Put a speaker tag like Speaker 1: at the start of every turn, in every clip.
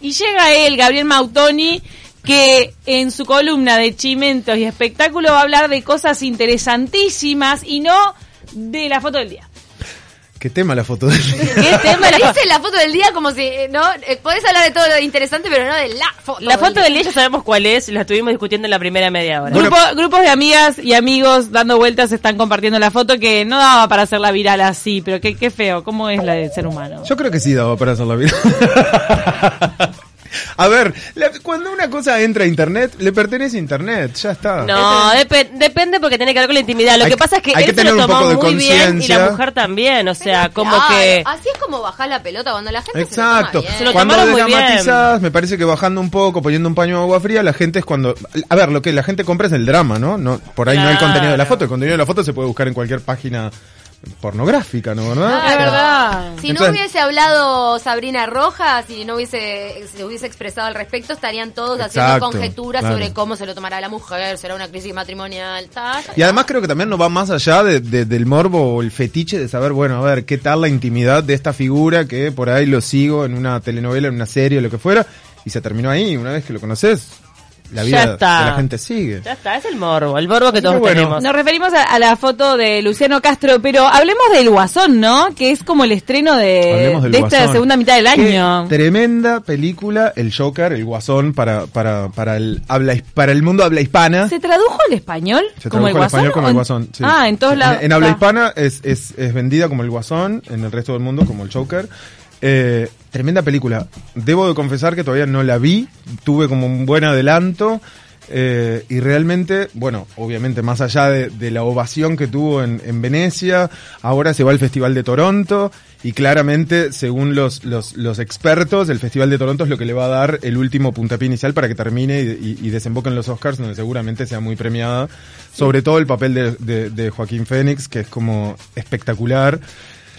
Speaker 1: Y llega él, Gabriel Mautoni, que en su columna de Chimentos y Espectáculo va a hablar de cosas interesantísimas y no de la foto del día.
Speaker 2: Qué tema la foto del día.
Speaker 3: ¿Qué tema? Dice la foto del día como si, eh, ¿no? Eh, Podés hablar de todo lo interesante, pero no de la foto.
Speaker 4: La foto del día ya sabemos cuál es, la estuvimos discutiendo en la primera media hora.
Speaker 1: Grupo- grupos de amigas y amigos dando vueltas están compartiendo la foto que no daba para hacerla viral así, pero qué, qué feo, cómo es la del ser humano.
Speaker 2: Yo creo que sí daba para hacer la vida. A ver, la- cuando una cosa entra a internet, le pertenece a internet, ya está.
Speaker 4: No, depe- depende porque tiene que ver con la intimidad. Lo
Speaker 2: Ah. Hay-
Speaker 4: que pasa es que
Speaker 2: hay
Speaker 4: él
Speaker 2: que
Speaker 4: se
Speaker 2: tener
Speaker 4: lo
Speaker 2: un poco
Speaker 4: tomó
Speaker 2: de
Speaker 4: muy bien y la
Speaker 2: conciencia.
Speaker 4: mujer también, o sea,
Speaker 3: Pero
Speaker 4: como
Speaker 3: claro,
Speaker 4: que...
Speaker 3: Así es como bajar la pelota cuando la gente
Speaker 2: Exacto.
Speaker 3: se lo toma bien.
Speaker 4: Se lo
Speaker 2: cuando
Speaker 4: tomaron muy bien.
Speaker 2: desdramatizás, me parece que bajando un poco, poniendo un paño de agua fría, la gente es cuando. A ver, lo que la gente compra es el drama, ¿no? no por ahí no el
Speaker 4: Claro.
Speaker 2: contenido de la foto. El contenido de la foto se puede buscar en cualquier página pornográfica, ¿no? ¿Verdad?
Speaker 3: Claro.
Speaker 2: O sea,
Speaker 3: Si
Speaker 2: Entonces-
Speaker 3: no hubiese hablado Sabrina Rojas, si no hubiese, se hubiese expresado al respecto, estarían todos haciendo
Speaker 2: Exacto,
Speaker 3: conjeturas
Speaker 2: claro.
Speaker 3: sobre cómo se lo tomará la mujer, será una crisis matrimonial, tal.
Speaker 2: Y además creo que también nos va más allá de- de- del morbo o el fetiche de saber, bueno, a ver, qué tal la intimidad de esta figura que por ahí lo sigo en una telenovela, en una serie, lo que fuera, y se terminó ahí. Una vez que lo conoces, la
Speaker 4: Ya
Speaker 2: vida de
Speaker 4: está.
Speaker 2: la gente sigue.
Speaker 4: Ya está, es el morbo, el morbo que todos
Speaker 2: bueno.
Speaker 4: tenemos.
Speaker 1: Nos referimos a, a la foto de Luciano Castro, pero hablemos del Guasón, ¿no? Que es como el estreno de,
Speaker 2: Eh, Hablemos del
Speaker 1: de esta
Speaker 2: Guasón.
Speaker 1: segunda mitad del
Speaker 2: Qué
Speaker 1: año.
Speaker 2: Tremenda película, El Joker, El Guasón para, para, para, el, habla, his- para el mundo habla hispana.
Speaker 1: ¿Se tradujo al español?
Speaker 2: Se
Speaker 1: como el
Speaker 2: tradujo al
Speaker 1: Guasón?
Speaker 2: español como
Speaker 1: o
Speaker 2: el
Speaker 1: en-
Speaker 2: guasón. sí.
Speaker 1: Ah, en todos lados.
Speaker 2: En, en habla
Speaker 1: Ah.
Speaker 2: hispana es, es, es vendida como el guasón, en el resto del mundo como el Joker. Eh, tremenda película. Debo de confesar que todavía no la vi, tuve como un buen adelanto. eh, y realmente, bueno, obviamente más allá de, de la ovación que tuvo en, en Venecia, ahora se va al Festival de Toronto y claramente, según los, los, los expertos, el Festival de Toronto es lo que le va a dar el último puntapié inicial para que termine y, y- y desemboque en los Oscars, donde seguramente sea muy premiada. Sobre todo el papel de, de- de Joaquín Fénix, que es como espectacular.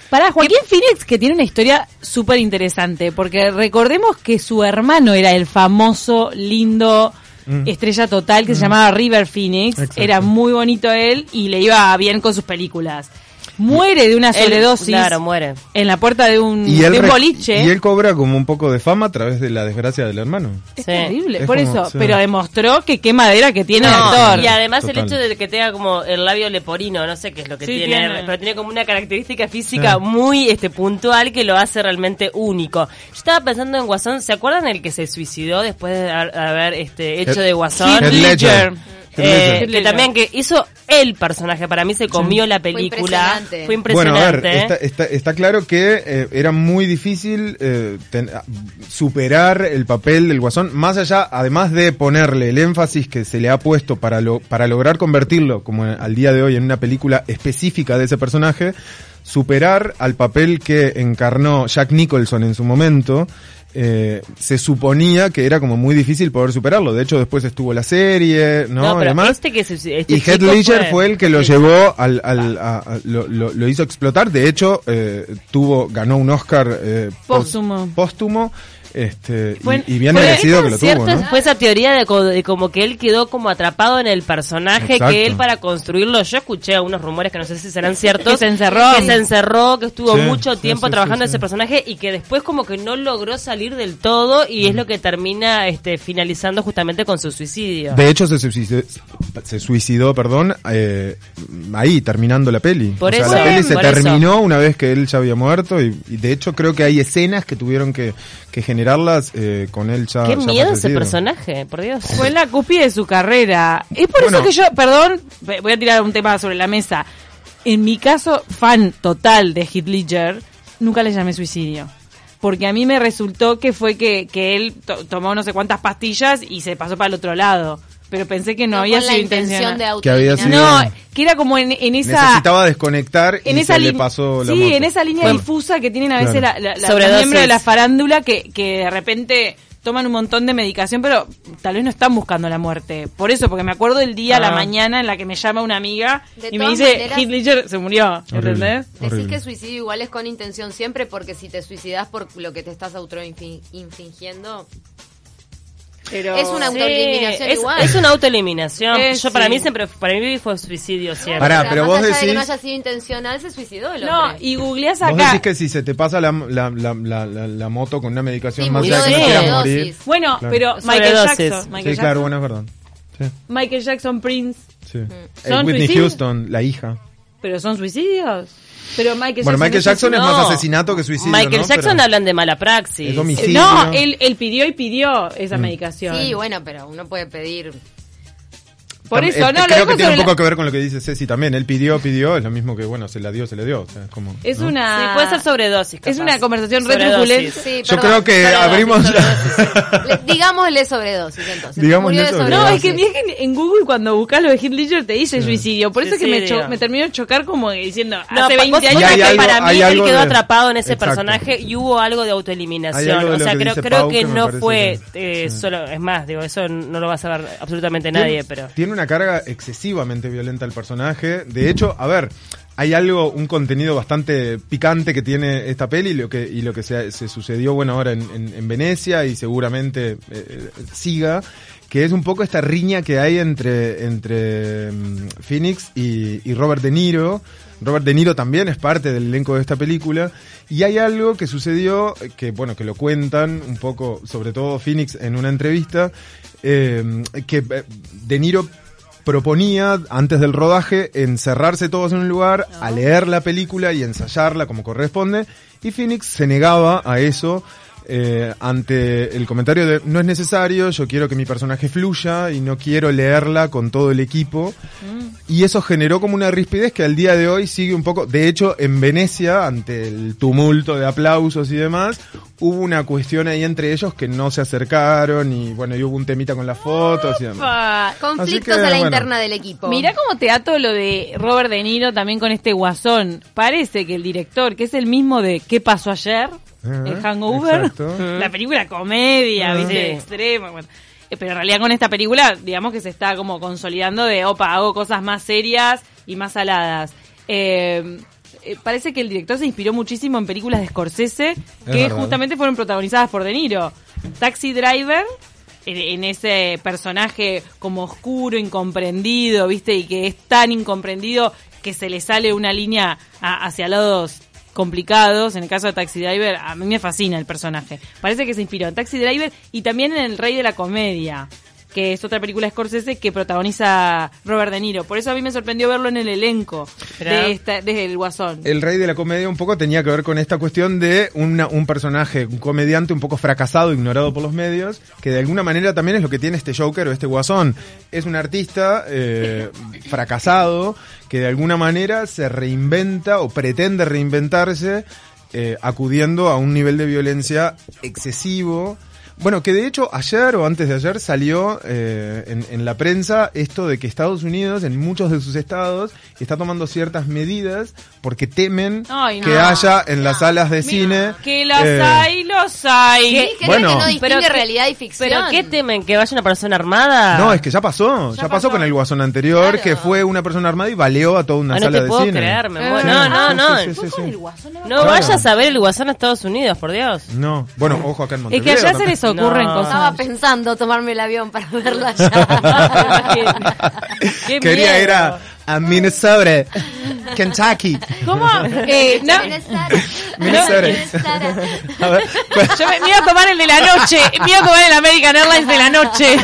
Speaker 1: Para Joaquín Phoenix, que tiene una historia súper interesante, porque recordemos que su hermano era el famoso, lindo, estrella total que se llamaba River Phoenix.
Speaker 2: Mm. Exacto.
Speaker 1: Era muy bonito él y le iba bien con sus películas. Muere de una
Speaker 4: Él,
Speaker 1: sobredosis
Speaker 4: Claro, muere.
Speaker 1: en la puerta de un,
Speaker 2: Y él,
Speaker 1: Mm, de un
Speaker 2: re-
Speaker 1: boliche.
Speaker 2: y él cobra como un poco de fama a través de la desgracia del hermano.
Speaker 1: Es
Speaker 4: Sí.
Speaker 1: terrible,
Speaker 2: Es
Speaker 1: por
Speaker 2: como-
Speaker 1: eso.
Speaker 2: sí.
Speaker 1: Pero demostró que qué madera que tiene el
Speaker 4: No,
Speaker 1: actor.
Speaker 4: y además el
Speaker 2: Total.
Speaker 4: hecho de que tenga como el labio leporino, no sé qué es lo que
Speaker 1: Sí,
Speaker 4: tiene,
Speaker 1: tiene.
Speaker 4: pero tiene como una característica física
Speaker 2: Sí.
Speaker 4: muy este puntual que lo hace realmente único. Yo estaba pensando en Guasón, ¿se acuerdan el que se suicidó después de ha- haber este hecho
Speaker 2: Heath-
Speaker 4: de Guasón?
Speaker 2: Heath Ledger. Heath
Speaker 4: Eh,
Speaker 2: Ledger.
Speaker 1: Heath
Speaker 4: que
Speaker 1: Ledger.
Speaker 4: también que hizo el personaje, para mí se comió la película.
Speaker 3: impresionante.
Speaker 4: Fue
Speaker 2: Bueno, a
Speaker 4: impresionante. ¿eh?
Speaker 2: ver, está, está- está claro que eh, era muy difícil eh, ten- a- superar el papel del guasón, más allá, además de ponerle el énfasis que se le ha puesto para, lo- para lograr convertirlo, como en- al día de hoy, en una película específica de ese personaje, superar al papel que encarnó Jack Nicholson en su momento. eh, se suponía que era como muy difícil poder superarlo. De hecho, después estuvo la serie, ¿no?
Speaker 4: No,
Speaker 2: Y
Speaker 4: pero
Speaker 2: demás.
Speaker 4: este que se suicidó, este
Speaker 2: Y Heath
Speaker 4: chico
Speaker 2: Ledger fue, el que lo
Speaker 4: Sí.
Speaker 2: llevó al, al- a- a- lo, lo- lo hizo explotar. De hecho, eh, tuvo, ganó un Oscar eh, pos-
Speaker 1: Póstumo.
Speaker 2: póstumo, este,
Speaker 4: Fue-
Speaker 2: y, y bien
Speaker 4: fue-
Speaker 2: merecido
Speaker 4: es
Speaker 2: que lo
Speaker 4: cierto,
Speaker 2: tuvo, ¿no?
Speaker 4: Fue esa teoría de, co- de como que él quedó como atrapado en el personaje
Speaker 2: Exacto.
Speaker 4: que él para construirlo, yo escuché unos rumores que no sé si serán ciertos,
Speaker 1: Que se encerró.
Speaker 4: que se encerró, que estuvo
Speaker 2: Sí,
Speaker 4: mucho
Speaker 2: sí,
Speaker 4: tiempo
Speaker 2: sí,
Speaker 4: trabajando en
Speaker 2: sí, sí.
Speaker 4: ese personaje y que después como que no logró salir del todo y es lo que termina este finalizando justamente con su suicidio.
Speaker 2: De hecho, se suicidó, se suicidó perdón, eh, ahí, terminando la peli.
Speaker 4: Por
Speaker 2: o sea,
Speaker 4: eso, eh,
Speaker 2: la peli se
Speaker 4: por
Speaker 2: terminó una vez que él ya había muerto y, y de hecho creo que hay escenas que tuvieron que, que generarlas eh, con él ya ya
Speaker 4: Qué miedo ese
Speaker 2: fallecido.
Speaker 4: personaje, por Dios.
Speaker 1: Fue en la cúspide de su carrera. Es por
Speaker 2: Bueno.
Speaker 1: eso que yo, perdón, ve- voy a tirar un tema sobre la mesa. En mi caso, fan total de Heath Ledger, nunca le llamé suicidio. Porque a mí me resultó que fue que, que él to- tomó no sé cuántas pastillas y se pasó para el otro lado. Pero pensé que no,
Speaker 3: Con
Speaker 1: había
Speaker 3: la
Speaker 1: sido
Speaker 3: intención
Speaker 1: intencional.
Speaker 3: de
Speaker 2: Que había sido-
Speaker 1: No, que era como en, en esa...
Speaker 2: Necesitaba desconectar y
Speaker 1: en esa
Speaker 2: se le
Speaker 1: lin-
Speaker 2: pasó la
Speaker 1: sí,
Speaker 2: moto.
Speaker 1: en esa línea
Speaker 2: Claro.
Speaker 1: difusa que tienen a veces
Speaker 2: Claro.
Speaker 1: la, la- la-
Speaker 4: Sobredosis.
Speaker 1: los miembros de la farándula que, que de repente toman un montón de medicación, pero tal vez no están buscando la muerte. Por eso, porque me acuerdo del día, a
Speaker 4: Ah.
Speaker 1: la mañana, en la que me llama una amiga
Speaker 3: De
Speaker 1: y me
Speaker 3: todas
Speaker 1: dice,
Speaker 3: maneras-
Speaker 1: Hitler se murió,
Speaker 2: Horrible.
Speaker 1: ¿entendés?
Speaker 3: Decís
Speaker 2: Horrible.
Speaker 3: que suicidio igual es con intención siempre, porque si te suicidas por lo que te estás autoinfligiendo,
Speaker 1: Pero-
Speaker 3: Es una
Speaker 4: Sí,
Speaker 3: autoeliminación
Speaker 4: es,
Speaker 3: igual.
Speaker 4: es una autoeliminación.
Speaker 1: Eh,
Speaker 4: Yo para
Speaker 1: sí.
Speaker 4: mí siempre, para mí fue suicidio siempre.
Speaker 2: Pará,
Speaker 3: O sea,
Speaker 2: pero
Speaker 3: más
Speaker 2: vos
Speaker 3: allá de que no
Speaker 2: decís-
Speaker 3: haya sido intencional, se suicidó el
Speaker 1: No,
Speaker 3: hombre.
Speaker 1: y googleás
Speaker 2: Vos
Speaker 1: acá.
Speaker 2: decís que si se te pasa la, la, la, la, la- la moto con una medicación
Speaker 3: Sí,
Speaker 2: más allá
Speaker 4: murió
Speaker 2: de que no
Speaker 4: de
Speaker 2: quieras
Speaker 4: sobredosis.
Speaker 2: morir.
Speaker 1: Bueno,
Speaker 2: Claro.
Speaker 1: pero Michael
Speaker 4: Sobredosis.
Speaker 1: Jackson, Michael,
Speaker 2: Sí,
Speaker 1: Jackson Mm.
Speaker 2: claro, bueno, es verdad. Sí,
Speaker 1: Michael Jackson, Prince,
Speaker 2: sí. Eh,
Speaker 1: ¿Son
Speaker 2: Whitney
Speaker 1: suicidios?
Speaker 2: Houston, la hija.
Speaker 1: pero son suicidios. Pero Michael Jackson
Speaker 2: Bueno, Michael
Speaker 1: no se
Speaker 2: Jackson es
Speaker 1: suicidó.
Speaker 2: más asesinato que suicidio.
Speaker 4: Michael
Speaker 2: ¿no?
Speaker 4: Jackson
Speaker 2: Pero-
Speaker 4: hablan de mala praxis.
Speaker 2: Es homicidio. Mm.
Speaker 1: No, él, él pidió y pidió esa medicación.
Speaker 3: Sí, bueno, pero uno puede pedir.
Speaker 1: Por
Speaker 2: Tam-
Speaker 1: eso,
Speaker 2: eh,
Speaker 1: no, lo
Speaker 2: creo
Speaker 1: dejo
Speaker 2: que tiene
Speaker 1: sobre
Speaker 2: un poco
Speaker 1: la-
Speaker 2: que ver con lo que dice Ceci también. Él pidió, pidió, es lo mismo que, bueno, se la dio, se le dio. o sea, es como,
Speaker 1: Es
Speaker 2: ¿no?
Speaker 1: una...
Speaker 4: Sí, puede ser sobredosis. capaz.
Speaker 1: Es una conversación re
Speaker 4: Sobredosis.
Speaker 1: truculenta.
Speaker 3: Sí,
Speaker 2: Yo creo
Speaker 3: perdón.
Speaker 2: que abrimos...
Speaker 3: Le- digámosle sobredosis entonces.
Speaker 2: Digámosle
Speaker 3: Murió de
Speaker 2: sobredosis.
Speaker 1: No,
Speaker 2: Pero
Speaker 1: es que bien que en Google cuando buscas lo de Hitler te dice suicidio. Por eso es que me,
Speaker 4: Suicidio.
Speaker 1: cho- me terminó de chocar como diciendo
Speaker 4: No,
Speaker 1: hace
Speaker 4: pa-
Speaker 1: 20
Speaker 4: vos- vos
Speaker 1: años.
Speaker 4: sabés
Speaker 2: Y
Speaker 4: que
Speaker 2: hay
Speaker 4: para
Speaker 2: algo-
Speaker 4: mí
Speaker 2: hay
Speaker 4: él
Speaker 2: algo
Speaker 4: quedó
Speaker 2: de-
Speaker 4: atrapado en ese
Speaker 2: Exacto.
Speaker 4: personaje y hubo algo de
Speaker 2: Hay algo de
Speaker 4: autoeliminación. O
Speaker 2: lo
Speaker 4: sea,
Speaker 2: que
Speaker 4: creo,
Speaker 2: dice
Speaker 4: creo
Speaker 2: Pau
Speaker 4: que,
Speaker 2: que me
Speaker 4: no
Speaker 2: parece
Speaker 4: fue
Speaker 2: que-
Speaker 4: eh,
Speaker 2: sí.
Speaker 4: solo. Es más, digo, eso no lo va a saber absolutamente
Speaker 2: Tiene-
Speaker 4: nadie, pero.
Speaker 2: Tiene una carga excesivamente violenta el personaje. De hecho, a ver, hay algo, un contenido bastante picante que tiene esta peli y lo que, y lo que se, se sucedió, bueno, ahora en, en- en Venecia y seguramente eh, eh, siga, que es un poco esta riña que hay entre, entre mm, Phoenix y, y Robert De Niro. Robert De Niro también es parte del elenco de esta película y hay algo que sucedió eh, que bueno que lo cuentan un poco sobre todo Phoenix en una entrevista eh, que eh, De Niro proponía antes del rodaje encerrarse todos en un lugar, a leer la película y ensayarla como corresponde, y Phoenix se negaba a eso eh, ante el comentario de no es necesario, yo quiero que mi personaje fluya y no quiero leerla con todo el equipo. Y eso generó como una rispidez que al día de hoy sigue un poco. De hecho, en Venecia, ante el tumulto de aplausos y demás, hubo una cuestión ahí entre ellos que no se acercaron y bueno, y hubo un temita con las fotos y demás.
Speaker 1: Pa.
Speaker 3: Conflictos
Speaker 2: Así que,
Speaker 3: a la
Speaker 2: bueno.
Speaker 3: interna del equipo.
Speaker 1: Mirá cómo te ato lo de Robert De Niro también con este guasón. Parece que el director, que es el mismo de ¿Qué pasó ayer?
Speaker 2: Ah,
Speaker 1: el Hangover.
Speaker 2: exacto.
Speaker 1: La película comedia,
Speaker 2: Ah.
Speaker 1: ¿viste?
Speaker 4: Sí.
Speaker 1: Extrema. bueno. Eh, Pero en realidad con esta película, digamos que se está como consolidando de, opa, hago cosas más serias y más saladas. Eh, eh, parece que el director se inspiró muchísimo en películas de Scorsese, que
Speaker 2: verdad.
Speaker 1: justamente fueron protagonizadas por De Niro. Taxi Driver, en, en ese personaje como oscuro, incomprendido, ¿viste? Y que es tan incomprendido que se le sale una línea a- hacia lados complicados. En el caso de Taxi Driver, a mí me fascina el personaje. Parece que se inspiró en Taxi Driver y también en El Rey de la Comedia, que es otra película de Scorsese que protagoniza Robert De Niro. Por eso a mí me sorprendió verlo en el elenco
Speaker 4: Mirá.
Speaker 1: de esta, desde El Guasón.
Speaker 2: El rey de la comedia un poco tenía que ver con esta cuestión de una- un personaje, un comediante un poco fracasado, ignorado por los medios, que de alguna manera también es lo que tiene este Joker o este Guasón. Es un artista eh, fracasado que de alguna manera se reinventa o pretende reinventarse eh, acudiendo a un nivel de violencia excesivo. Bueno, que de hecho ayer o antes de ayer salió eh, en, en la prensa esto de que Estados Unidos, en muchos de sus estados, está tomando ciertas medidas porque temen
Speaker 1: Ay, no,
Speaker 2: que haya en las salas de cine...
Speaker 1: Que las
Speaker 2: eh,
Speaker 1: hay, los hay.
Speaker 3: Sí, que
Speaker 2: Bueno.
Speaker 3: creo que no distingue
Speaker 4: Pero qué-
Speaker 3: realidad y ficción.
Speaker 4: ¿Pero qué temen? ¿Que vaya una persona armada?
Speaker 2: No, es que ya pasó, ya,
Speaker 1: Ya
Speaker 2: pasó.
Speaker 1: pasó.
Speaker 2: con el guasón anterior,
Speaker 3: Claro.
Speaker 2: que fue una persona armada y baleó a toda una
Speaker 4: Ah, no
Speaker 2: sala
Speaker 4: te
Speaker 2: de
Speaker 4: puedo
Speaker 2: cine. Ah.
Speaker 4: creer, me
Speaker 1: Eh,
Speaker 4: muero.
Speaker 1: sí,
Speaker 4: No,
Speaker 1: sí,
Speaker 4: no, no.
Speaker 2: sí, sí, sí.
Speaker 4: No
Speaker 2: Claro.
Speaker 4: vayas a ver el guasón a Estados Unidos, por Dios.
Speaker 2: No, bueno, ojo acá en
Speaker 1: Es
Speaker 2: Montevideo.
Speaker 1: que allá se
Speaker 2: también.
Speaker 1: les ocurren
Speaker 4: No.
Speaker 1: cosas.
Speaker 3: Estaba pensando tomarme el avión para verla ya.
Speaker 1: Qué
Speaker 2: Quería
Speaker 1: miedo.
Speaker 2: ir a, a Minnesota, Kentucky.
Speaker 1: ¿Cómo? Eh, no,
Speaker 3: Minnesota.
Speaker 2: Minnesota.
Speaker 3: Minnesota.
Speaker 2: A ver, pues,
Speaker 1: yo me, me iba a tomar el de la noche. Me iba a tomar el American Airlines de la noche.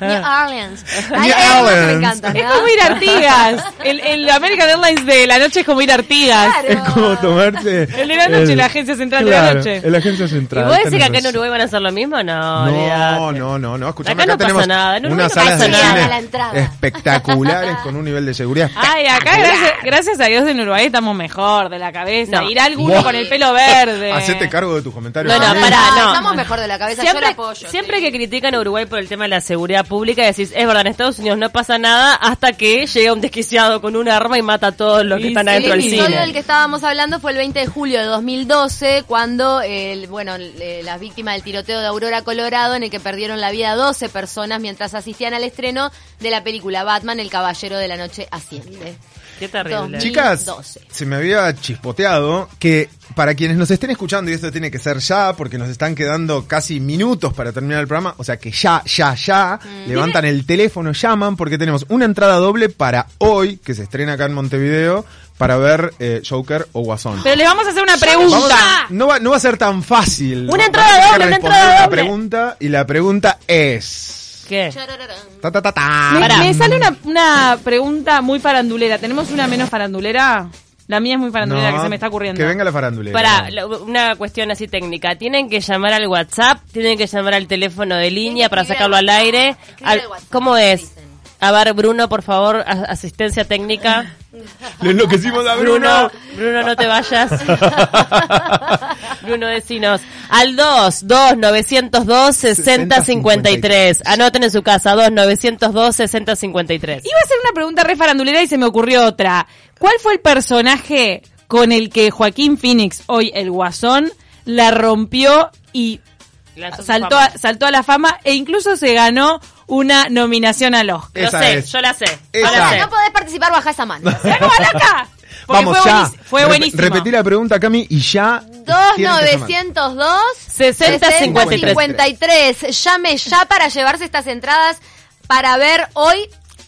Speaker 3: New Orleans. Ay,
Speaker 2: New
Speaker 3: hay algunos que me
Speaker 2: Orleans.
Speaker 3: encantan,
Speaker 1: Es
Speaker 3: ¿no?
Speaker 1: como ir a Artigas. El, el American Airlines de la noche es como ir a Artigas.
Speaker 3: Claro.
Speaker 2: es como tomarse...
Speaker 1: El de la noche, la agencia central de la
Speaker 2: claro,
Speaker 1: noche.
Speaker 2: el agencia
Speaker 4: ¿Y
Speaker 2: central.
Speaker 4: vos decís que
Speaker 2: tenés
Speaker 4: acá en
Speaker 2: razón.
Speaker 4: Uruguay van a hacer lo mismo? No,
Speaker 2: No,
Speaker 4: olvidate.
Speaker 2: no, no, no. Escuchame,
Speaker 4: Acá
Speaker 2: acá,
Speaker 4: no pasa
Speaker 2: tenemos
Speaker 4: nada, en Uruguay
Speaker 2: unas
Speaker 4: no
Speaker 2: salas
Speaker 4: pasa
Speaker 2: de
Speaker 4: nada.
Speaker 3: A la entrada.
Speaker 2: cine espectaculares con un nivel de seguridad.
Speaker 1: Ay, acá gracias, gracias a Dios en Uruguay estamos mejor de la cabeza.
Speaker 4: No.
Speaker 1: Ir a alguno
Speaker 2: Wow.
Speaker 1: con el pelo verde.
Speaker 2: Hacete cargo de tus comentarios.
Speaker 4: No, no,
Speaker 2: También.
Speaker 4: pará, no.
Speaker 3: Estamos mejor de la cabeza, yo la
Speaker 4: Siempre,
Speaker 3: apoyo.
Speaker 4: siempre que critican a Uruguay por el tema de la seguridad pública, decís, es verdad, en Estados Unidos no pasa nada hasta que llega un desquiciado con un arma y mata a todos los que
Speaker 1: Y
Speaker 4: están
Speaker 1: sí,
Speaker 4: adentro del
Speaker 3: El episodio
Speaker 4: cine.
Speaker 3: del que estábamos hablando fue el 20 de julio de 2012, cuando el, bueno, eh, las víctimas del tiroteo de Aurora, Colorado, en el que perdieron la vida 12 personas mientras asistían al estreno de la película Batman, El Caballero de la Noche Asciende.
Speaker 4: Qué terrible.
Speaker 3: Dos mil-
Speaker 2: Chicas,
Speaker 3: 2012.
Speaker 2: se me había chispoteado que para quienes nos estén escuchando, y esto tiene que ser ya, porque nos están quedando casi minutos para terminar el programa, o sea que ya, ya, ya, levantan el teléfono, llaman, porque tenemos una entrada doble para hoy, que se estrena acá en Montevideo, para ver eh, Joker o Guasón.
Speaker 1: Pero les vamos a hacer una
Speaker 2: Vamos
Speaker 1: pregunta.
Speaker 2: a- no, va, no va a ser tan fácil.
Speaker 4: Una
Speaker 2: Vamos a
Speaker 4: entrada
Speaker 2: tener que
Speaker 4: doble, una
Speaker 2: responder
Speaker 4: entrada
Speaker 2: la
Speaker 4: doble.
Speaker 2: pregunta, y la pregunta es...
Speaker 4: ¿Qué?
Speaker 3: Charararán.
Speaker 2: Ta, ta, ta, ta.
Speaker 1: Me,
Speaker 4: Pará.
Speaker 1: me sale una, una pregunta muy farandulera. ¿Tenemos una menos farandulera? La mía es muy farandulera
Speaker 2: No,
Speaker 1: que se me está ocurriendo.
Speaker 2: Que venga la farándula.
Speaker 4: Para una cuestión así técnica, tienen que llamar al WhatsApp, tienen que llamar al teléfono de línea para
Speaker 3: escribir
Speaker 4: sacarlo
Speaker 3: al
Speaker 4: al aire.
Speaker 3: WhatsApp, escribir
Speaker 4: Al-
Speaker 3: al WhatsApp,
Speaker 4: ¿Cómo es?
Speaker 3: dicen.
Speaker 4: A ver, Bruno, por favor, a- asistencia técnica.
Speaker 2: Le enloquecimos a
Speaker 4: Bruno, Bruno, no te vayas. Bruno, decinos. Al 2, 2, 902, 60, 53. Anoten en su casa, 2, 902, 60, 53.
Speaker 1: Iba a hacer una pregunta re farandulera y se me ocurrió otra. ¿Cuál fue el personaje con el que Joaquín Phoenix, hoy el guasón, la rompió y saltó a, saltó a la fama e incluso se ganó una nominación al Oscar?
Speaker 4: Yo
Speaker 2: Esa
Speaker 4: sé,
Speaker 2: es.
Speaker 4: yo la sé. yo
Speaker 2: Esa.
Speaker 4: la
Speaker 3: Si
Speaker 4: sé.
Speaker 3: no podés participar, baja esa mano.
Speaker 1: ¡Saco Balaca! Porque
Speaker 2: Vamos
Speaker 1: fue
Speaker 2: ya.
Speaker 1: buenis- Fue
Speaker 2: Rep-
Speaker 1: buenísimo.
Speaker 2: repetí la pregunta, Cami, y ya. tienen que llamar.
Speaker 3: 2902
Speaker 4: 60-53.
Speaker 3: 53. Llame ya para llevarse estas entradas para ver hoy.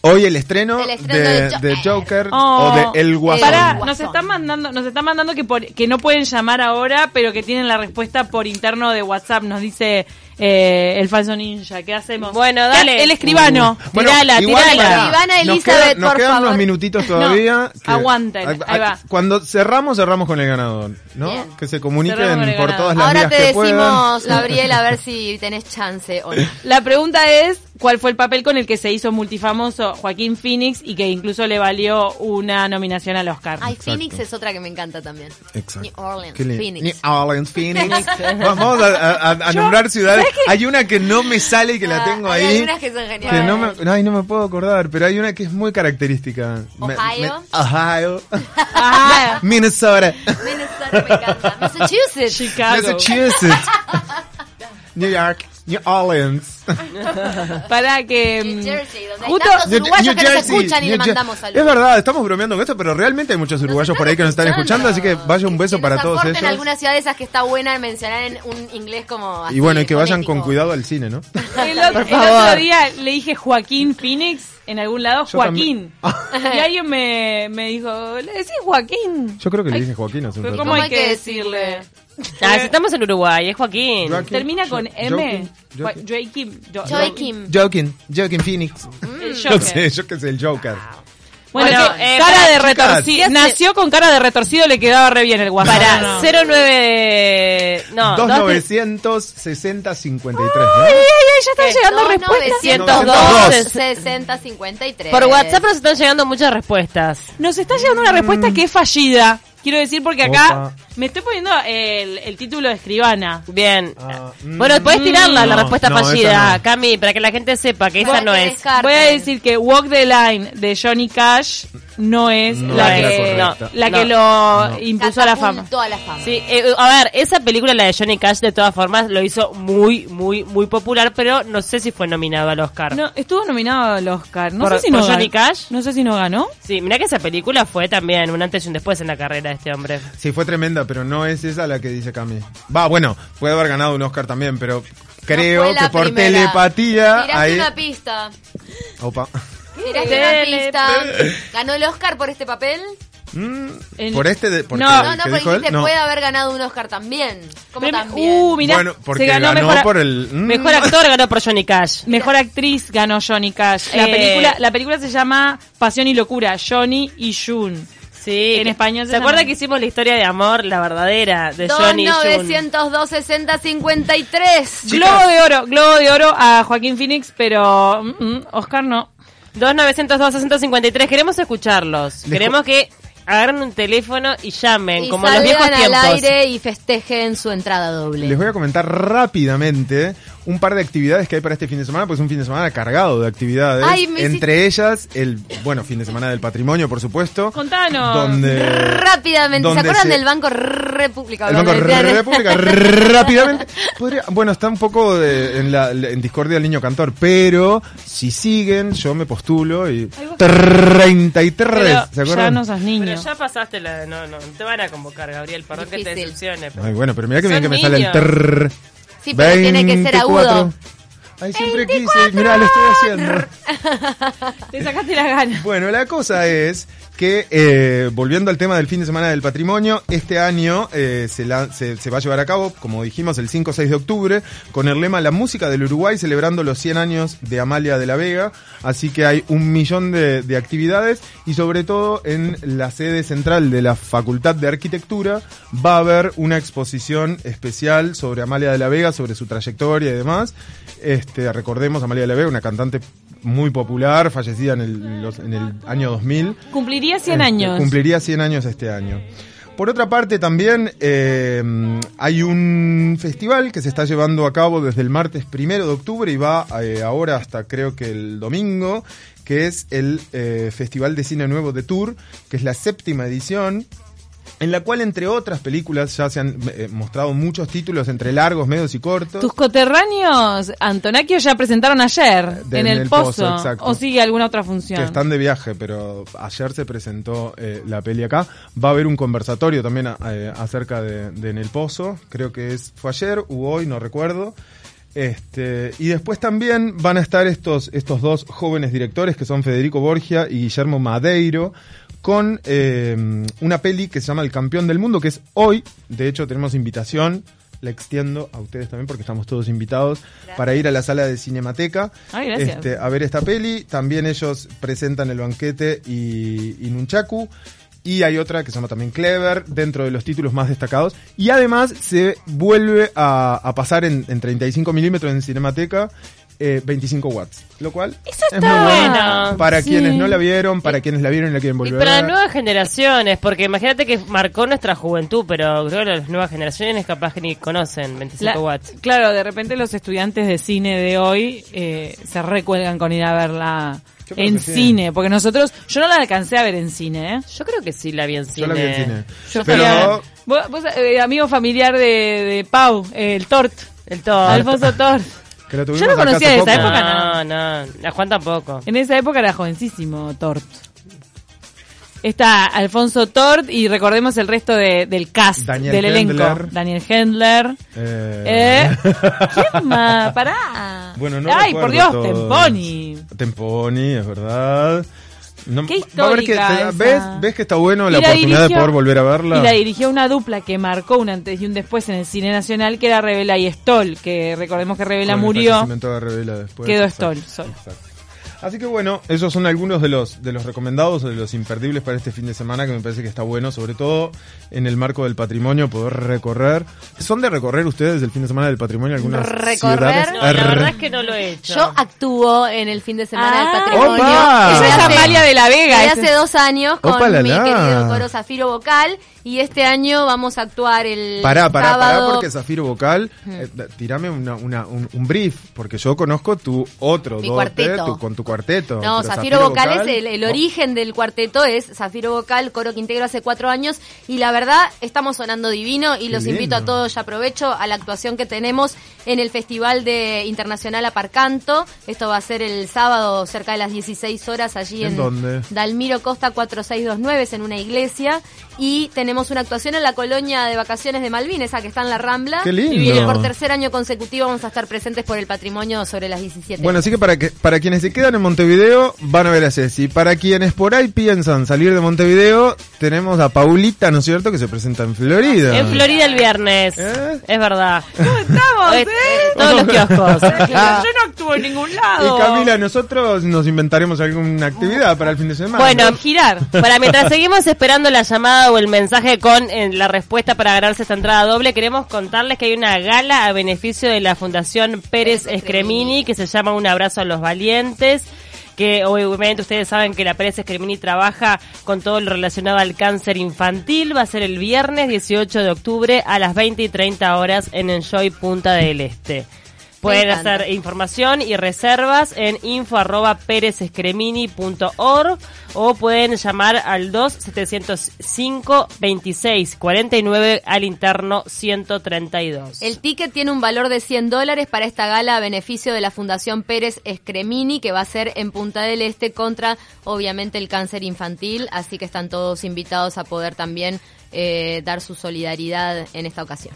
Speaker 2: Hoy el estreno,
Speaker 3: El estreno Eh,
Speaker 2: de,
Speaker 3: de Joker.
Speaker 2: de Joker
Speaker 1: Oh.
Speaker 2: o de El Guasón.
Speaker 1: Pará,
Speaker 3: Guasón.
Speaker 1: nos están mandando, nos están mandando que, por- que no pueden llamar ahora, pero que tienen la respuesta por interno de WhatsApp. Nos dice eh, el falso ninja. ¿Qué hacemos?
Speaker 4: Bueno, dale.
Speaker 1: El, escribano.
Speaker 2: Bueno,
Speaker 1: tirala,
Speaker 2: igual
Speaker 1: tirala.
Speaker 2: pará.
Speaker 3: Ivana
Speaker 2: nos
Speaker 3: Elizabeth,
Speaker 2: quedan, nos
Speaker 3: por
Speaker 2: quedan
Speaker 3: favor.
Speaker 2: unos minutitos todavía.
Speaker 1: No, aguanten, ahí va.
Speaker 2: Cuando cerramos, cerramos con el ganador, ¿no?
Speaker 3: Bien.
Speaker 2: Que se
Speaker 1: Cerramos con
Speaker 2: comuniquen
Speaker 1: el
Speaker 2: por
Speaker 1: ganador.
Speaker 2: todas las
Speaker 3: Ahora
Speaker 2: vías
Speaker 3: te
Speaker 2: que puedan.
Speaker 3: decimos, Gabriel, a ver si tenés chance o no.
Speaker 1: La pregunta es, ¿cuál fue el papel con el que se hizo multifamoso Joaquín Phoenix y que incluso le valió una nominación al Oscar?
Speaker 3: Ay,
Speaker 2: Exacto.
Speaker 3: Phoenix es otra que me encanta también.
Speaker 2: Exacto.
Speaker 3: New Orleans,
Speaker 2: Qué lindo.
Speaker 3: Phoenix.
Speaker 2: New Orleans, Phoenix. Vamos a, a- a- a nombrar ciudades. Hay una que no me sale y que la
Speaker 3: Ah,
Speaker 2: tengo
Speaker 3: hay
Speaker 2: ahí.
Speaker 3: algunas que son
Speaker 2: Que
Speaker 3: geniales.
Speaker 2: no me, ay, no me puedo acordar, pero hay una que es muy característica. Me-
Speaker 3: Ohio.
Speaker 2: me- Ohio.
Speaker 1: Ajá.
Speaker 2: Minnesota.
Speaker 3: Minnesota me encanta. Massachusetts.
Speaker 1: Chicago.
Speaker 2: Massachusetts. New York. New Orleans.
Speaker 1: Para que...
Speaker 3: New
Speaker 1: mm,
Speaker 3: Jersey, donde hay
Speaker 1: Justo,
Speaker 3: tantos Los uruguayos que nos escuchan y le
Speaker 2: New Jer-
Speaker 3: mandamos saludos.
Speaker 2: Es verdad, estamos bromeando con esto, pero realmente hay muchos uruguayos por ahí que nos están escuchando, así que vaya un beso
Speaker 3: Que
Speaker 2: para
Speaker 3: nos
Speaker 2: todos
Speaker 3: aporten
Speaker 2: ellos.
Speaker 3: alguna ciudad de esas que está buena mencionar en un inglés como así,
Speaker 2: Y bueno, y que vayan con
Speaker 3: fonético.
Speaker 2: cuidado al cine, ¿no?
Speaker 1: El, o- el otro
Speaker 4: favor.
Speaker 1: día le dije Joaquín Phoenix en algún lado,
Speaker 2: Yo
Speaker 1: Joaquín.
Speaker 2: también.
Speaker 1: Y alguien me, me dijo, le decís Joaquín.
Speaker 2: Yo creo que le dije Joaquín hace un
Speaker 1: Pero
Speaker 2: rato.
Speaker 1: ¿cómo hay que decirle?
Speaker 4: Ah, si estamos en Uruguay, es Joaquín.
Speaker 2: Joaquín.
Speaker 1: Termina con M.
Speaker 2: Joaquin, Joaquin.
Speaker 1: Joaquín. Jo-
Speaker 3: Joaquín.
Speaker 2: Joaquin, Joaquin Phoenix.
Speaker 1: el
Speaker 2: Yo
Speaker 1: Joker.
Speaker 2: sé, yo qué sé, el Joker.
Speaker 1: Bueno,
Speaker 4: Bueno,
Speaker 1: que
Speaker 4: eh,
Speaker 1: cara
Speaker 4: para-
Speaker 1: de
Speaker 2: Chicas,
Speaker 1: retorcido. Nació con cara de retorcido, le quedaba re bien el guasón.
Speaker 4: Para
Speaker 1: No, no.
Speaker 4: 09.
Speaker 1: Ah.
Speaker 4: No,
Speaker 2: 2960-53,
Speaker 1: Ay, ay,
Speaker 2: ¿no?
Speaker 1: ay, ya están llegando
Speaker 3: Dos,
Speaker 1: respuestas.
Speaker 4: 902.
Speaker 3: 60 53.
Speaker 4: Por WhatsApp nos están llegando muchas respuestas.
Speaker 1: Nos está llegando una respuesta que es fallida. Quiero decir porque acá
Speaker 2: Mm. Opa.
Speaker 1: me estoy poniendo el, el título de escribana.
Speaker 4: Bien.
Speaker 2: Ah, mm,
Speaker 4: bueno, puedes tirarla la
Speaker 2: no,
Speaker 4: respuesta
Speaker 2: no,
Speaker 4: fallida,
Speaker 2: esa no.
Speaker 4: Cami, para que la gente sepa que esa
Speaker 3: Bueno,
Speaker 4: no
Speaker 3: te
Speaker 4: es.
Speaker 3: descarten.
Speaker 1: Voy a decir que Walk the Line de Johnny Cash no es
Speaker 2: No
Speaker 1: la
Speaker 4: es la
Speaker 1: que,
Speaker 2: correcta.
Speaker 1: la que lo impuso a la fama.
Speaker 3: Catapultó a la fama.
Speaker 4: Sí, eh, a ver, esa película, la de Johnny Cash, de todas formas, lo hizo muy, muy, muy popular, pero no sé si fue nominado al Oscar.
Speaker 1: No, estuvo nominado al Oscar. No
Speaker 4: Por-
Speaker 1: sé si
Speaker 4: por
Speaker 1: no
Speaker 4: Johnny
Speaker 1: ganó.
Speaker 4: Cash.
Speaker 1: No sé si no ganó.
Speaker 4: Sí, mirá que esa película fue también un antes y un después en la carrera de este hombre.
Speaker 1: Mm.
Speaker 2: Sí, fue tremenda, pero no es esa la que dice Cami. Va, bueno, puede haber ganado un Oscar también, pero creo
Speaker 3: No fue la
Speaker 2: que por
Speaker 3: primera. Tiraste
Speaker 2: telepatía. Ahí...
Speaker 3: una pista.
Speaker 2: Opa.
Speaker 3: Tiraste una pista. ¿Ganó el Oscar por este papel?
Speaker 2: Mm,
Speaker 1: El-
Speaker 2: Por este. De, por
Speaker 1: No.
Speaker 2: qué?
Speaker 1: Ah,
Speaker 3: No,
Speaker 2: ¿El
Speaker 3: no,
Speaker 2: que
Speaker 3: porque
Speaker 2: dijo él?
Speaker 3: dijiste
Speaker 2: No.
Speaker 3: puede haber ganado un Oscar también. ¿Cómo
Speaker 1: Premio-
Speaker 3: también?
Speaker 1: Uh, mirá,
Speaker 2: bueno, porque
Speaker 1: se ganó,
Speaker 2: ganó,
Speaker 1: mejor, a-
Speaker 2: por el. mm,
Speaker 4: Mejor actor ganó por Johnny Cash.
Speaker 1: mejor actriz ganó Johnny Cash. La
Speaker 4: Eh.
Speaker 1: película la película se llama Pasión y locura, Johnny y June.
Speaker 4: Sí.
Speaker 1: En
Speaker 4: que-
Speaker 1: español se
Speaker 4: ¿Se acuerda
Speaker 1: llama?
Speaker 4: que hicimos la historia de amor, la verdadera, de Johnny y June?
Speaker 3: 2902 60 53.
Speaker 1: Globo de oro, globo de oro a Joaquín Phoenix, pero mm, mm, Oscar no.
Speaker 4: 2902 6053 Queremos escucharlos.
Speaker 2: Les
Speaker 4: Queremos que agarren un teléfono y llamen,
Speaker 3: Y
Speaker 4: como en los viejos
Speaker 3: salgan
Speaker 4: tiempos.
Speaker 3: al aire y festejen su entrada doble.
Speaker 2: Les voy a comentar rápidamente un par de actividades que hay para este fin de semana, pues es un fin de semana cargado de actividades.
Speaker 3: Ay, me
Speaker 2: Entre ellas, el, bueno, fin de semana del patrimonio, por supuesto.
Speaker 1: Contanos.
Speaker 2: Donde,
Speaker 3: Rápidamente, ¿se
Speaker 2: donde
Speaker 3: acuerdan
Speaker 2: se-
Speaker 3: del Banco República?
Speaker 2: El Banco
Speaker 3: Bolivariano?
Speaker 2: República rápidamente. Podría- bueno, está un poco de- en, la, en discordia el niño cantor, pero si siguen, yo me postulo y... 33,
Speaker 1: Pero
Speaker 2: ¿se
Speaker 1: ya
Speaker 2: acuerdan?
Speaker 1: no sos niño.
Speaker 4: Pero ya pasaste la. No, no, no te van a convocar, Gabriel. Perdón que te
Speaker 3: Difícil.
Speaker 4: decepcione. pero-
Speaker 2: Ay, bueno, pero mira que bien
Speaker 4: Son
Speaker 2: que me sale el
Speaker 4: niños.
Speaker 2: trrr.
Speaker 3: Sí, pero tiene que ser agudo.
Speaker 2: 24. Ay, siempre quise. Mirá, lo estoy haciendo.
Speaker 1: Te sacaste las ganas.
Speaker 2: Bueno, la cosa es que, eh, volviendo al tema del fin de semana del patrimonio, este año eh, se, la- se- se va a llevar a cabo, como dijimos, el 5 o 6 de octubre, con el lema La música del Uruguay, celebrando los 100 años de Amalia de la Vega. Así que hay un millón de, de actividades y sobre todo en la sede central de la Facultad de Arquitectura va a haber una exposición especial sobre Amalia de la Vega, sobre su trayectoria y demás. Este, recordemos, Amalia de la Vega, una cantante muy popular, fallecida en el, los- en el año 2000.
Speaker 1: Cumpliría 100
Speaker 2: Este,
Speaker 1: años.
Speaker 2: Cumpliría 100 años este año. Por otra parte, también eh, hay un festival que se está llevando a cabo desde el martes primero de octubre y va eh, ahora hasta creo que el domingo, que es el eh, Festival de Cine Nuevo de Tour, que es la séptima edición en la cual, entre otras películas, ya se han eh, mostrado muchos títulos entre largos, medios y cortos.
Speaker 1: Tus coterráneos, Antonakio, ya presentaron ayer
Speaker 2: De-
Speaker 1: en el, pozo.
Speaker 2: exacto.
Speaker 1: o sigue alguna otra función.
Speaker 2: Que están de viaje, pero ayer se presentó eh, la peli acá. Va a haber un conversatorio también a- eh, acerca de, de En el Pozo. Creo que es fue ayer u hoy, no recuerdo. Este, y después también van a estar estos, estos dos jóvenes directores que son Federico Borgia y Guillermo Madeiro con eh, una peli que se llama El Campeón del Mundo, que es hoy. De hecho, tenemos invitación. La extiendo a ustedes también porque estamos todos invitados para ir a la sala de Cinemateca.
Speaker 1: Ay, gracias.
Speaker 2: Este, a ver esta peli. También ellos presentan El Banquete y, y Nunchaku. Y hay otra que se llama también Clever, dentro de los títulos más destacados. Y además se vuelve a, a pasar en, en 35 milímetros en Cinemateca eh, 25 watts. Lo cual
Speaker 1: Eso
Speaker 2: es muy
Speaker 1: está
Speaker 4: bueno.
Speaker 2: bueno. Para
Speaker 1: Sí.
Speaker 2: quienes no la vieron, para quienes la vieron y la quieren
Speaker 4: Y
Speaker 2: volver a
Speaker 4: para
Speaker 2: ver.
Speaker 4: nuevas generaciones, porque imagínate que marcó nuestra juventud, pero creo que las nuevas generaciones capaz que ni conocen 25
Speaker 1: La-
Speaker 4: watts.
Speaker 1: Claro, de repente los estudiantes de cine de hoy eh, se recuelgan con ir a verla
Speaker 2: Yo creo
Speaker 1: en
Speaker 2: que sí.
Speaker 1: cine, porque nosotros, yo no la alcancé a ver en cine, ¿eh?
Speaker 4: Yo creo que sí la vi en
Speaker 2: Yo
Speaker 4: cine.
Speaker 2: la vi en cine.
Speaker 1: Yo fui a ver-
Speaker 2: Pero
Speaker 1: Vos- vos, eh, amigo familiar de, de Pau, eh, el Tort,
Speaker 4: El todo.
Speaker 1: Alfonso Tort.
Speaker 2: que lo tuvimos
Speaker 1: Yo no
Speaker 2: acá
Speaker 1: conocía
Speaker 2: hace
Speaker 1: esa
Speaker 2: poco.
Speaker 1: época.
Speaker 4: No, no, a Juan tampoco.
Speaker 1: En esa época era jovencísimo Tort. Está Alfonso Tort y recordemos el resto de- del cast,
Speaker 2: Daniel
Speaker 1: del elenco.
Speaker 2: Hendler.
Speaker 1: Daniel Hendler.
Speaker 2: Eh,
Speaker 1: Eh, ¿Quién más? Pará.
Speaker 2: Bueno, no
Speaker 1: Ay, por Dios,
Speaker 2: recuerdo todos.
Speaker 1: Temponi.
Speaker 2: Temponi, es verdad. No-
Speaker 1: Qué
Speaker 2: va a haber que-
Speaker 1: histórica
Speaker 2: te- ¿ves,
Speaker 1: esa.
Speaker 2: ves que está bueno la
Speaker 1: Y la
Speaker 2: oportunidad de
Speaker 1: dirigió-
Speaker 2: poder volver a verla?
Speaker 1: Y la dirigió una dupla que marcó un antes y un después en el cine nacional, que era Revela y Stoll, que recordemos que Revela
Speaker 2: Con el
Speaker 1: murió.
Speaker 2: fallecimiento de Revela después.
Speaker 1: Quedó
Speaker 2: Exacto,
Speaker 1: Stoll solo.
Speaker 2: exacto. Así que bueno, esos son algunos de los de los recomendados o de los imperdibles para este fin de semana que me parece que está bueno, sobre todo en el marco del patrimonio poder recorrer. ¿Son de recorrer ustedes el fin de semana del patrimonio algunas
Speaker 3: Recorrer.
Speaker 2: ciudades?
Speaker 4: No, la
Speaker 2: Arr.
Speaker 4: verdad es que no lo he hecho.
Speaker 3: Yo actúo en el fin de semana del
Speaker 1: Ah.
Speaker 3: patrimonio.
Speaker 2: ¡Opa!
Speaker 3: Desde
Speaker 1: Esa es
Speaker 3: hace-
Speaker 1: Amalia de la Vega.
Speaker 3: desde
Speaker 1: esa-
Speaker 3: hace dos años con
Speaker 2: Opa, la,
Speaker 3: mi
Speaker 2: la.
Speaker 3: querido coro Zafiro Vocal y este año vamos a actuar el
Speaker 2: Pará, pará, pará,
Speaker 3: sábado.
Speaker 2: porque Zafiro Vocal, eh, da- tirame una, una- un, un brief, porque yo conozco tu otro
Speaker 3: Mi
Speaker 2: dote,
Speaker 3: cuarteto.
Speaker 2: tu- con tu cuarteto.
Speaker 3: No,
Speaker 2: pero oh.
Speaker 3: Zafiro Vocal, es el, el origen del cuarteto, es Zafiro Vocal, coro que integro hace cuatro años y la verdad estamos sonando divino y
Speaker 2: Qué
Speaker 3: los invito a
Speaker 2: lindo.
Speaker 3: todos, ya aprovecho, a la actuación que tenemos en el Festival de Internacional Aparcanto. Esto va a ser el sábado cerca de las 16 horas allí
Speaker 2: ¿En
Speaker 3: en,
Speaker 2: dónde?
Speaker 3: Dalmiro Costa 4629 es en una iglesia y tenemos una actuación en la colonia de vacaciones de Malvinas, esa que está en la Rambla.
Speaker 2: Qué lindo.
Speaker 3: Y por tercer año consecutivo vamos a estar presentes por el patrimonio sobre las 17.
Speaker 2: Bueno, así que para, que para quienes se quedan en Montevideo, van a ver a Ceci. Para quienes por ahí piensan salir de Montevideo, tenemos a Paulita, ¿no es cierto?, que se presenta en Florida.
Speaker 4: En Florida el viernes.
Speaker 2: ¿Eh?
Speaker 4: Es verdad.
Speaker 1: Estamos,
Speaker 4: Eh,
Speaker 1: ¿eh?
Speaker 4: eh, Todos los kioscos.
Speaker 3: Ah.
Speaker 1: Yo no actúo en ningún lado.
Speaker 2: Y Camila, nosotros nos inventaremos alguna actividad para el fin de semana.
Speaker 4: Bueno,
Speaker 1: girar.
Speaker 4: Para mientras seguimos esperando la llamada o el mensaje con eh, la respuesta para ganarse esta entrada doble, queremos contarles que hay una gala a beneficio de la Fundación Pérez Escremini que se llama Un abrazo a los valientes. que obviamente ustedes saben que la Pérez Escrimini trabaja con todo lo relacionado al cáncer infantil. Va a ser el viernes 18 de octubre a las 20 y 30 horas en Enjoy Punta del Este. Pueden
Speaker 3: encanta.
Speaker 4: hacer e información y reservas en info arroba perezescremini.org o pueden llamar al 2-705-2649 al interno 132.
Speaker 3: El ticket tiene un valor de 100 dólares para esta gala a beneficio de la Fundación Pérez Escremini, que va a ser en Punta del Este contra, obviamente, el cáncer infantil. Así que están todos invitados a poder también eh, dar su solidaridad en esta ocasión.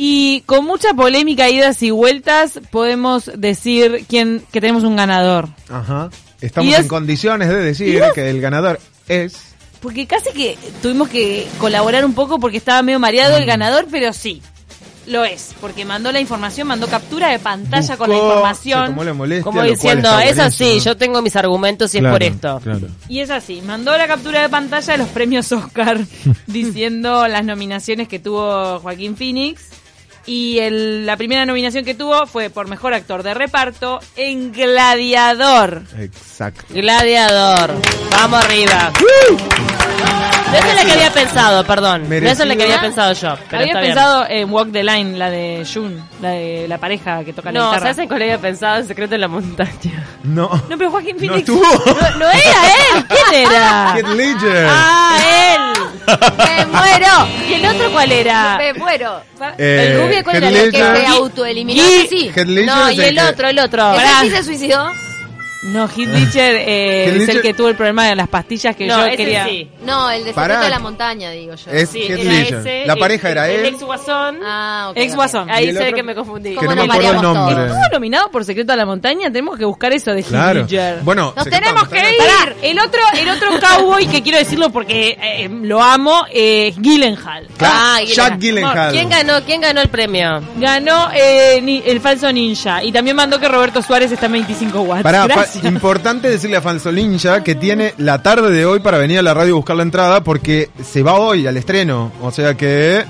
Speaker 1: Y con mucha polémica, idas y vueltas, podemos decir quién, que tenemos un ganador.
Speaker 2: Ajá. Estamos
Speaker 1: Y es-
Speaker 2: en condiciones de decir que el ganador es.
Speaker 1: Porque casi que tuvimos que colaborar un poco porque estaba medio mareado
Speaker 2: Mm.
Speaker 1: el ganador, pero sí, lo es. Porque mandó la información, mandó captura de pantalla con la
Speaker 2: Buscó,
Speaker 1: información.
Speaker 2: se tomó la molestia,
Speaker 4: Como
Speaker 2: lo cual
Speaker 4: diciendo,
Speaker 2: está
Speaker 4: es así,
Speaker 2: buenísimo".
Speaker 4: yo tengo mis argumentos y
Speaker 2: Claro,
Speaker 4: es por esto.
Speaker 2: claro.
Speaker 1: Y es así, mandó la captura de pantalla de los premios Oscar diciendo las nominaciones que tuvo Joaquín Phoenix. Y el- la primera nominación que tuvo fue por Mejor Actor de Reparto en Gladiador.
Speaker 2: Exacto.
Speaker 4: Gladiador, vamos arriba. No es la que había pensado, perdón. No es la que había
Speaker 2: Merecido.
Speaker 4: pensado yo. Pero
Speaker 1: Había
Speaker 4: está bien.
Speaker 1: pensado en Walk the Line, la de Jun, la de la pareja que toca la
Speaker 4: No,
Speaker 1: guitarra.
Speaker 4: ¿sabes en cuál había pensado? El secreto de la montaña.
Speaker 2: No.
Speaker 1: No, pero Joaquín
Speaker 2: No
Speaker 1: Phoenix.
Speaker 2: estuvo.
Speaker 1: no, no era él. ¿Quién era?
Speaker 2: Heath Ledger.
Speaker 1: Ah, él.
Speaker 3: ¡Me muero!
Speaker 1: ¿Y el otro cuál era?
Speaker 3: ¡Me muero!
Speaker 2: Eh,
Speaker 3: el rubio, ¿cuál
Speaker 2: Heath
Speaker 3: era? El que
Speaker 2: Ledger.
Speaker 3: se autoeliminó.
Speaker 1: Gui-
Speaker 3: Sí.
Speaker 2: Heath Ledger
Speaker 3: No,
Speaker 2: es
Speaker 3: y
Speaker 2: el
Speaker 3: el
Speaker 2: que-
Speaker 3: otro, el otro. ¿Ese
Speaker 1: Pará.
Speaker 3: sí se suicidó?
Speaker 1: No, Heath Ledger, eh,
Speaker 2: Heath
Speaker 1: es el
Speaker 2: Ledger-
Speaker 1: que tuvo el problema de las pastillas que
Speaker 4: No,
Speaker 1: yo
Speaker 4: ese
Speaker 1: quería.
Speaker 4: sí.
Speaker 3: No, el de
Speaker 2: Pará.
Speaker 3: Secreto de la Montaña, digo yo.
Speaker 2: Es
Speaker 4: Sí,
Speaker 2: Heath
Speaker 4: era
Speaker 2: Ledger.
Speaker 4: ese,
Speaker 2: la
Speaker 4: el-
Speaker 2: pareja era
Speaker 4: el
Speaker 2: él.
Speaker 4: ex guasón.
Speaker 3: Ah, ok,
Speaker 1: Ex
Speaker 3: ok.
Speaker 1: Guasón.
Speaker 2: ¿Y
Speaker 4: Ahí
Speaker 2: el
Speaker 4: se ve
Speaker 2: otro?
Speaker 4: que me confundí.
Speaker 2: Que
Speaker 3: ¿Cómo
Speaker 2: no me
Speaker 3: nos
Speaker 2: acuerdo el
Speaker 3: mareamos
Speaker 2: nombre.
Speaker 3: todos?
Speaker 1: Estuvo nominado por Secreto de la Montaña. Tenemos que buscar eso de Heath
Speaker 2: Claro.
Speaker 1: Ledger.
Speaker 2: Bueno,
Speaker 3: Nos
Speaker 2: se-
Speaker 3: tenemos que ir.
Speaker 1: Pará, el otro, el otro cowboy que quiero decirlo porque eh, eh, lo amo eh, es Gyllenhaal.
Speaker 2: Claro,
Speaker 4: Ah,
Speaker 2: Jack Gyllenhaal.
Speaker 4: ¿Quién ganó? ¿Quién ganó el premio?
Speaker 1: Ganó eh, ni- el falso ninja y también mandó que Roberto Suárez está en 25 watts.
Speaker 2: Pará, pa-
Speaker 1: Gracias.
Speaker 2: importante decirle a Falsolincha que tiene la tarde de hoy para venir a la radio a buscar la entrada porque se va hoy al estreno. O sea que.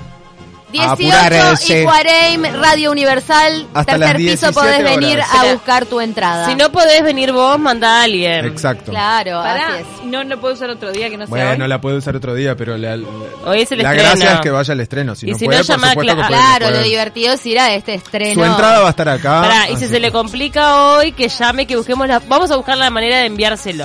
Speaker 3: 18
Speaker 2: Apurarse.
Speaker 3: y 40, Radio Universal,
Speaker 2: Hasta las
Speaker 3: tercer piso
Speaker 2: 17
Speaker 3: podés venir
Speaker 2: horas.
Speaker 3: a
Speaker 4: Espera.
Speaker 3: buscar tu entrada.
Speaker 4: Si no podés venir vos, mandá a alguien.
Speaker 2: Exacto.
Speaker 3: claro,
Speaker 1: Pará,
Speaker 3: así es.
Speaker 1: no no puedo usar otro día que no sea
Speaker 2: Bueno,
Speaker 1: hoy.
Speaker 2: la puede usar otro día, pero la, la-
Speaker 4: Hoy es el
Speaker 2: la
Speaker 4: estreno.
Speaker 2: gracia es que vaya al estreno. Si
Speaker 4: Y
Speaker 2: no
Speaker 4: si no,
Speaker 2: puede, por
Speaker 4: llama a
Speaker 2: supuesto que
Speaker 4: Cla-
Speaker 2: puede,
Speaker 3: Claro,
Speaker 2: puede.
Speaker 3: lo divertido es ir a este estreno.
Speaker 2: Su entrada va a estar acá.
Speaker 4: Pará, y si
Speaker 2: así
Speaker 4: se le
Speaker 2: que-
Speaker 4: complica hoy, que llame, que busquemos la... Vamos a buscar la manera de enviárselo.